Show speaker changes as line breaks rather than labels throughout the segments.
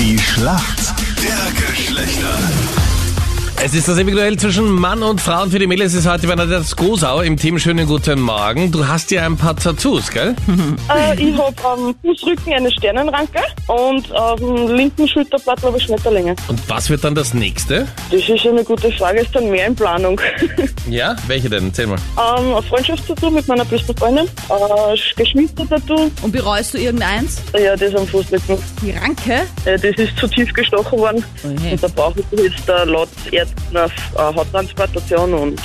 Schlacht der Geschlechter.
Es ist das ewige Duell zwischen Mann und Frau und für die Mädels ist heute Bernadette Gosau im Team Schönen Guten Morgen. Du hast ja ein paar Tattoos, gell?
Hm.
Äh, ich habe am Fußrücken eine Sternenranke und auf dem linken Schulterblatt habe ich Schmetterlinge.
Und was wird dann das nächste?
Das ist eine gute Frage, ist dann mehr in Planung.
Ja, welche denn? Erzähl mal.
ähm, ein Freundschaftstattoo mit meiner beste Freundin, äh, geschminkte Tattoo,
Und bereust du irgendeins?
ja, das am Fußrücken.
Die Ranke?
Äh, das ist zu tief gestochen worden
Oje.
und da brauche ich jetzt äh, laut Ärzten auf äh, Hauttransplantation und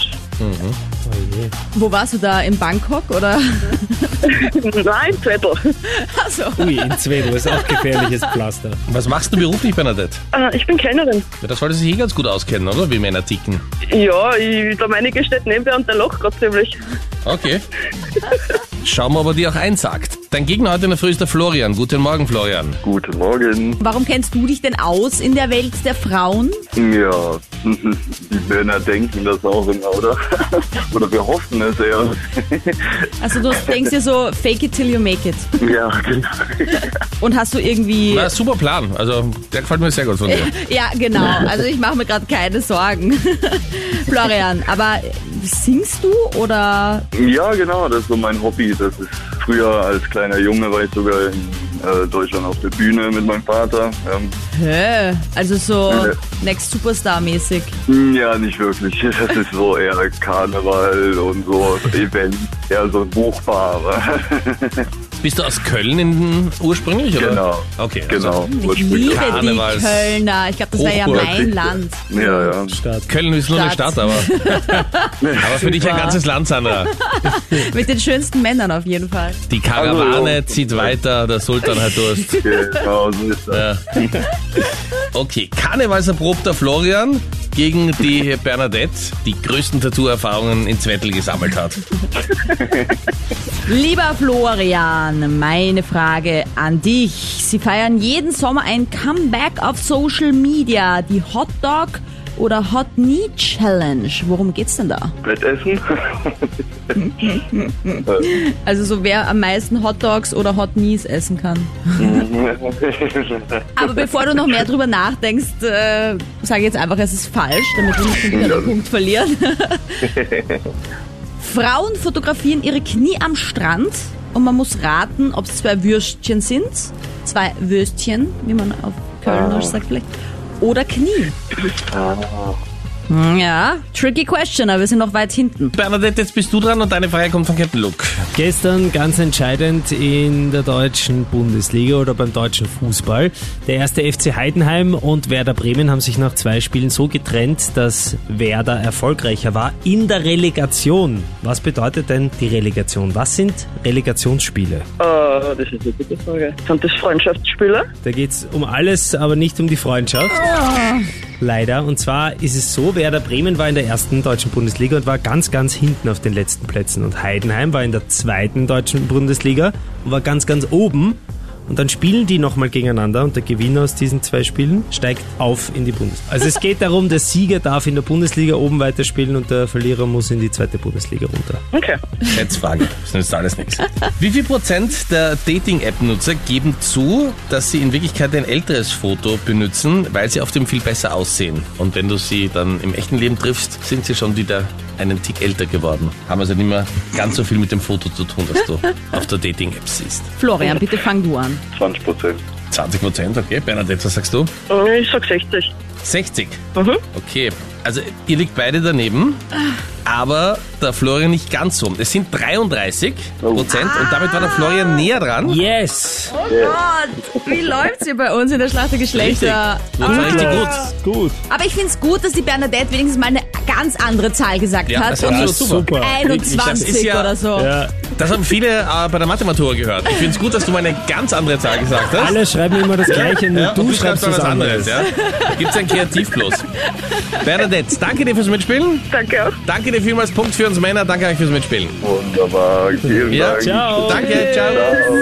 Wo warst du da? In Bangkok oder?
nein, im Zettel.
Also,
Ui, in Zwedel ist auch gefährliches Pflaster.
Was machst du beruflich, Bernadette?
Äh, ich bin Kellnerin.
Ja, Das sollte sich eh ganz gut auskennen, oder? Wie Männer ticken.
Ja, ich, der meinige steht neben mir und der lacht gerade ziemlich.
Okay. Schauen wir, ob er dir auch einsagt. Dein Gegner heute in der Früh ist der Florian. Guten Morgen, Florian.
Guten Morgen.
warum kennst du dich denn aus in der Welt der Frauen?
Ja, die Männer denken das auch immer, oder? Oder wir hoffen es eher.
Also du denkst dir so, fake it till you make it.
ja, genau.
Und hast du irgendwie...
Na, super Plan. Also, der gefällt mir sehr gut von dir.
Ja, genau. Also ich mache mir gerade keine Sorgen. Florian, aber singst du oder...
Ja, genau, das ist so mein Hobby. Das ist früher als kleiner Junge war ich sogar in äh, Deutschland auf der Bühne mit meinem Vater. Ähm,
Hä? Also so
Nö.
Äh.
Next Superstar mäßig.
Ähm, ja, nicht wirklich. Das ist so eher Karneval und so Event. Eher so buchbar.
Bist du aus Köln in, ursprünglich, oder?
genau.
Okay, also
Genau.
Ich liebe die
Karnevals-
Kölner. Ich glaube, das wäre ja
Hochburg.
mein Land.
Ja, ja.
Stadt.
Köln ist nur eine
Genau. Stadt.
Stadt, aber, aber für dich ein
Super.
ganzes Land, Sandra.
Mit den schönsten Männern auf jeden Fall.
Die
Also,
Karawane
ja.
zieht weiter, der Sultan hat Durst.
Genau, so ist das.
Ja. Okay, karnevalserprobter Florian gegen die Bernadette, die größten Tattoo-Erfahrungen in Zwettel gesammelt hat.
Lieber Florian, meine Frage an dich. Sie feiern jeden Sommer ein Comeback auf Social Media, die Hot Dog oder Hot Knee Challenge. Worum geht's denn da?
Wettessen?
Also so wer am meisten Hot Dogs oder Hot Knees essen kann. Aber bevor du noch mehr drüber nachdenkst, äh, sage ich jetzt einfach, es ist falsch, damit wir nicht schon wieder einen Punkt verlieren. Frauen fotografieren ihre Knie am Strand und man muss raten, ob es zwei Würstchen sind, zwei Würstchen, wie man auf Kölnisch sagt vielleicht, oder Knie. Hm, Ja, tricky question, aber wir sind noch weit hinten.
Bernadette, jetzt bist du dran und deine Frage kommt von Captain Luke.
Gestern ganz entscheidend in der deutschen Bundesliga oder beim deutschen Fußball. Der erste FC Heidenheim und Werder Bremen haben sich nach zwei Spielen so getrennt, dass Werder erfolgreicher war in der Relegation. Was bedeutet denn die Relegation? Was sind Relegationsspiele?
Äh, das ist eine gute Frage. Sind das Freundschaftsspieler?
Da geht's um alles, aber nicht um die Freundschaft. Leider. Und zwar ist es so, Werder Bremen war in der ersten deutschen Bundesliga und war ganz, ganz hinten auf den letzten Plätzen. Und Heidenheim war in der zweiten deutschen Bundesliga und war ganz, ganz oben. Und dann spielen die nochmal gegeneinander und der Gewinner aus diesen zwei Spielen steigt auf in die Bundesliga. Also es geht darum, der Sieger darf in der Bundesliga oben weiterspielen und der Verlierer muss in die zweite Bundesliga runter.
Okay.
Jetzt Frage, das nützt alles nichts. Wie viel Prozent der Dating-App-Nutzer geben zu, dass sie in Wirklichkeit ein älteres Foto benutzen, weil sie auf dem viel besser aussehen? Und wenn du sie dann im echten Leben triffst, sind sie schon wieder einen Tick älter geworden. Haben also nicht mehr ganz so viel mit dem Foto zu tun, das du auf der Dating-App siehst.
Florian, bitte fang du an.
20 Prozent.
20 Prozent, okay. Bernadette, was sagst du?
Äh, Ich sag 60.
60.
Mhm.
Okay, also ihr liegt beide daneben, aber der Florian nicht ganz so. Es sind 33 Prozent und damit war der Florian näher dran.
Yes!
Oh Gott, wie läuft's hier bei uns in der Schlacht der
Richtig.
Geschlechter?
Das war richtig gut.
Gut.
Aber ich finde es gut, dass die Bernadette wenigstens mal eine ganz andere Zahl gesagt
Ja,
hat
das
und
war
nicht
super.
super.
21
Das ist ja-
oder so.
Ja,
Das haben viele äh, bei der Mathematur gehört. Ich finde es gut, dass du mal eine ganz andere Zahl gesagt hast.
alle schreiben immer das Gleiche, nur
Ja,
du,
und
schreibst
dann
was anderes.
Ja? Gibt es ein Kreativ bloß. Bernadette, danke dir fürs Mitspielen.
Danke auch.
Danke dir vielmals. Punkt für uns Männer. Danke euch fürs Mitspielen.
Wunderbar. Vielen
Ja,
Dank.
Ciao.
Danke, ciao.